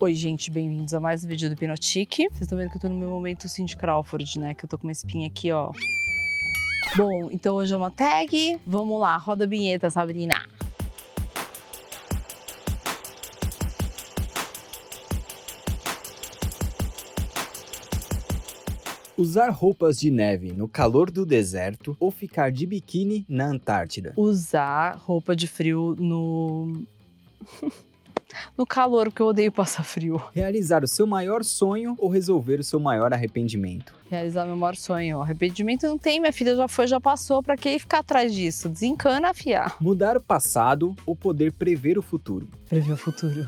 Oi, gente, bem-vindos a mais um vídeo do Hipnotique. Vocês estão vendo que eu tô no meu momento Cindy Crawford, né? Que eu tô com uma espinha aqui, ó. Bom, então hoje é uma tag. Vamos lá, roda a vinheta, Sabrina. Usar roupas de neve no calor do deserto ou ficar de biquíni na Antártida. Usar roupa de frio no. no calor, porque eu odeio passar frio. Realizar o seu maior sonho ou resolver o seu maior arrependimento. Realizar meu maior sonho. Arrependimento não tem, minha filha já foi, já passou. Pra que ficar atrás disso? Desencana, fia. Mudar o passado ou poder prever o futuro. Prever o futuro.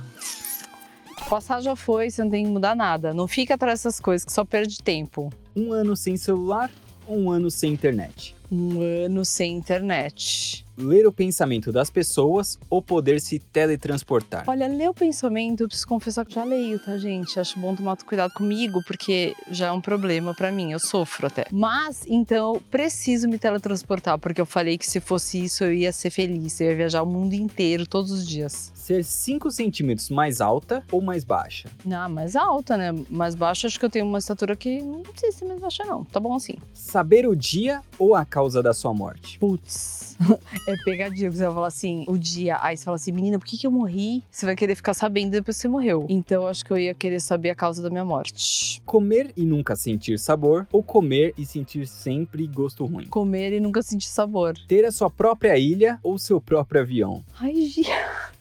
Passar já foi, você não tem que mudar nada. Não fica atrás dessas coisas que só perde tempo. Um ano sem celular ou um ano sem internet. Um ano sem internet. Ler o pensamento das pessoas ou poder se teletransportar. Olha, ler o pensamento, eu preciso confessar que já leio, tá, gente? Acho bom tomar cuidado comigo, porque já é um problema pra mim, eu sofro até. Mas, então, eu preciso me teletransportar, porque eu falei que se fosse isso, eu ia ser feliz, eu ia viajar o mundo inteiro, todos os dias. Ser 5 centímetros mais alta ou mais baixa. Ah, mais alta, né? Mais baixa, acho que eu tenho uma estatura que não sei se é mais baixa, não. Tá bom assim. Saber o dia ou a causa da sua morte. Putz. É pegadinha, que você vai falar assim, o dia. Aí você fala assim, menina, por que, que eu morri? Você vai querer ficar sabendo depois que você morreu. Então acho que eu ia querer saber a causa da minha morte. Comer e nunca sentir sabor ou comer e sentir sempre gosto ruim. Comer e nunca sentir sabor. Ter a sua própria ilha ou seu próprio avião. Ai, Gia.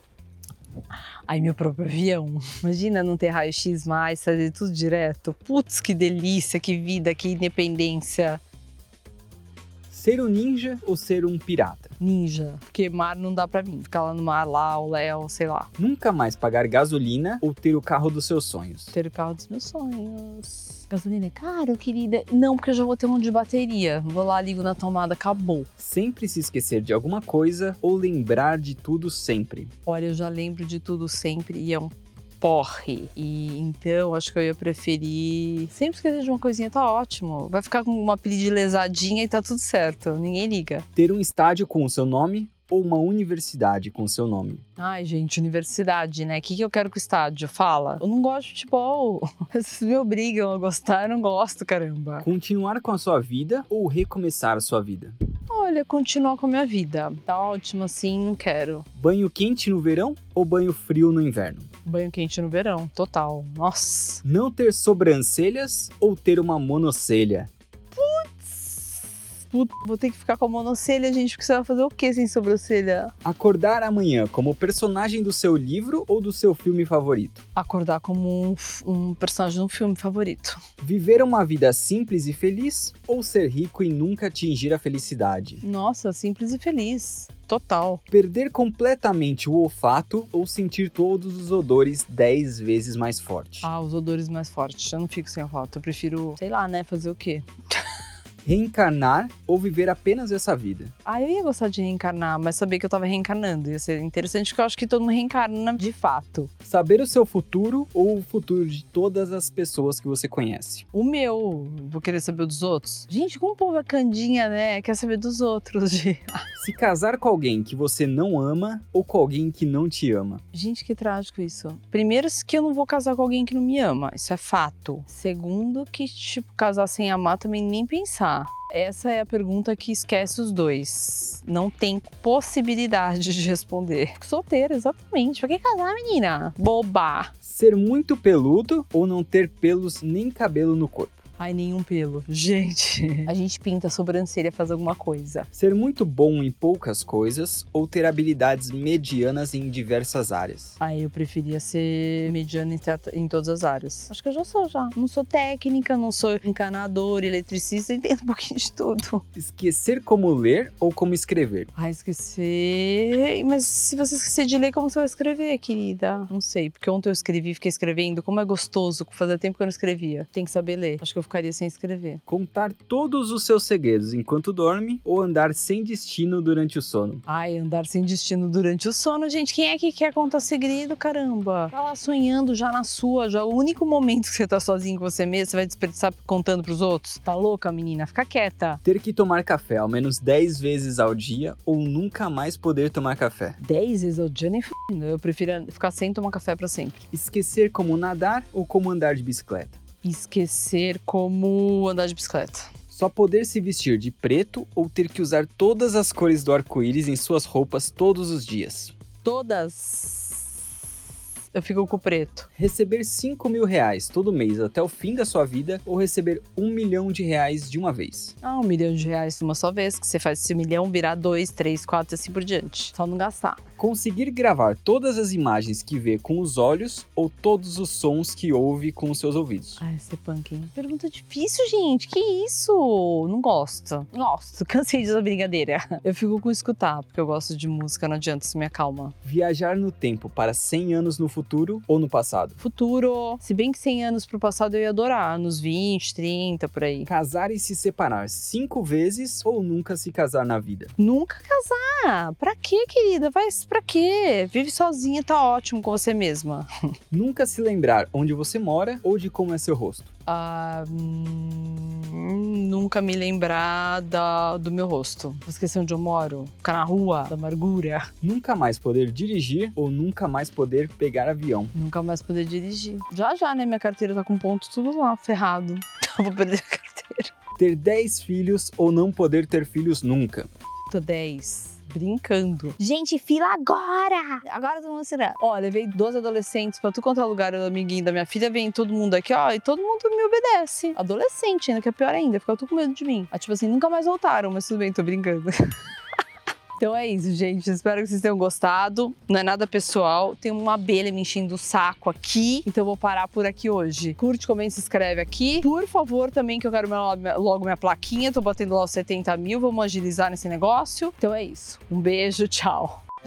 Ai, meu próprio avião. Imagina não ter raio-x mais, fazer tudo direto. Putz, que delícia, que vida, que independência. Ser um ninja ou ser um pirata. Ninja. Porque mar não dá pra mim. Ficar lá no mar, lá, o Léo, sei lá. Nunca mais pagar gasolina ou ter o carro dos seus sonhos. Ter o carro dos meus sonhos. Gasolina é caro, querida? Não, porque eu já vou ter um de bateria. Vou lá, ligo na tomada, acabou. Sempre se esquecer de alguma coisa ou lembrar de tudo sempre. Olha, eu já lembro de tudo sempre e é um porre. E então acho que eu ia preferir. Sempre esquecer de uma coisinha, tá ótimo. Vai ficar com uma apelido de lesadinha e tá tudo certo. Ninguém liga. Ter um estádio com o seu nome ou uma universidade com o seu nome. Ai, gente, universidade, né? O que, que eu quero com o estádio? Fala. Eu não gosto de futebol. Vocês me obrigam a gostar, eu não gosto, caramba. Continuar com a sua vida ou recomeçar a sua vida. Olha, continuar com a minha vida. Tá ótimo assim, não quero. Banho quente no verão ou banho frio no inverno. Banho quente no verão, total. Nossa. Não ter sobrancelhas ou ter uma monocelha. Puta, vou ter que ficar com a monocelha, gente, porque você vai fazer o que sem sobrancelha? Acordar amanhã como personagem do seu livro ou do seu filme favorito. Acordar como um, f- um personagem de um filme favorito. Viver uma vida simples e feliz ou ser rico e nunca atingir a felicidade. Nossa, simples e feliz. Total. Perder completamente o olfato ou sentir todos os odores 10 vezes mais forte. Ah, os odores mais fortes. Eu não fico sem foto. Eu prefiro, sei lá, né? Fazer o quê? Reencarnar ou viver apenas essa vida. Ah, eu ia gostar de reencarnar, mas sabia que eu tava reencarnando. Ia ser interessante, porque eu acho que todo mundo reencarna de fato. Saber o seu futuro ou o futuro de todas as pessoas que você conhece. O meu, vou querer saber dos outros. Gente, como o povo é candinha, né? Quer saber dos outros. De... Se casar com alguém que você não ama ou com alguém que não te ama. Gente, que trágico isso. Primeiro, que eu não vou casar com alguém que não me ama. Isso é fato. Segundo, que, tipo, casar sem amar também nem pensar. Essa é a pergunta que esquece os dois. Não tem possibilidade de responder. Fico solteira, exatamente. Pra que casar, menina? Boba. Ser muito peludo ou não ter pelos nem cabelo no corpo. Ai, nenhum pelo. Gente, a gente pinta a sobrancelha, faz alguma coisa. Ser muito bom em poucas coisas ou ter habilidades medianas em diversas áreas. Aí eu preferia ser mediana em, teta- em todas as áreas. Acho que eu já sou, já. Não sou técnica, não sou encanador, eletricista, entendo um pouquinho de tudo. Esquecer como ler ou como escrever. Ah, esquecer. Mas se você esquecer de ler, como você vai escrever, querida? Não sei, porque ontem eu escrevi, fiquei escrevendo. Como é gostoso, fazia tempo que eu não escrevia. Tem que saber ler. Acho que eu ficaria sem escrever. Contar todos os seus segredos enquanto dorme ou andar sem destino durante o sono. Ai, andar sem destino durante o sono, gente. Quem é que quer contar segredo, caramba? Tá lá sonhando já na sua, já o único momento que você tá sozinho com você mesmo, você vai desperdiçar contando pros outros? Tá louca, menina? Fica quieta. Ter que tomar café ao menos 10 vezes ao dia ou nunca mais poder tomar café. 10 vezes ao dia nem f***ing. Eu prefiro ficar sem tomar café pra sempre. Esquecer como nadar ou como andar de bicicleta. Esquecer como andar de bicicleta. Só poder se vestir de preto ou ter que usar todas as cores do arco-íris em suas roupas todos os dias. Todas. Eu fico com o preto. Receber 5 mil reais todo mês até o fim da sua vida ou receber 1 milhão de reais de uma vez. Ah, um milhão de reais de uma só vez, que você faz esse milhão virar dois, três, quatro e assim por diante. Só não gastar. Conseguir gravar todas as imagens que vê com os olhos ou todos os sons que ouve com os seus ouvidos. Ai, ser punk, hein? Pergunta difícil, gente. Que isso? Não gosto. Não Gosto. Cansei dessa brincadeira. Eu fico com escutar, porque eu gosto de música, não adianta, isso me acalma. Viajar no tempo para 100 anos no futuro ou no passado. Futuro. Se bem que 100 anos pro passado eu ia adorar, nos 20, 30, por aí. Casar e se separar cinco vezes ou nunca se casar na vida. Nunca casar. Pra quê, querida? Vai pra quê? Vive sozinha, tá ótimo com você mesma. Nunca se lembrar onde você mora ou de como é seu rosto. Ah, hum, nunca me lembrar da, do meu rosto. Vou esquecer onde eu moro. Ficar na rua, da amargura. Nunca mais poder dirigir ou nunca mais poder pegar avião. Nunca mais poder dirigir. Já já, né? Minha carteira tá com ponto tudo lá, ferrado. Então vou perder a carteira. Ter 10 filhos ou não poder ter filhos nunca. Tô 10. Brincando. Gente, fila agora! Agora todo mundo cirando. Ó, levei 12 adolescentes pra tu contar lugar, o amiguinho da minha filha, vem todo mundo aqui, ó, e todo mundo me obedece. Adolescente ainda, que é pior ainda, fica tudo com medo de mim. Ah, tipo assim, nunca mais voltaram, mas tudo bem, tô brincando. Então é isso, gente. Espero que vocês tenham gostado. Não é nada pessoal. Tem uma abelha me enchendo o saco aqui. Então eu vou parar por aqui hoje. Curte, comenta, se inscreve aqui. Por favor, também, que eu quero minha- logo minha plaquinha. Tô batendo lá os 70 mil. Vamos agilizar nesse negócio. Então é isso. Um beijo, tchau.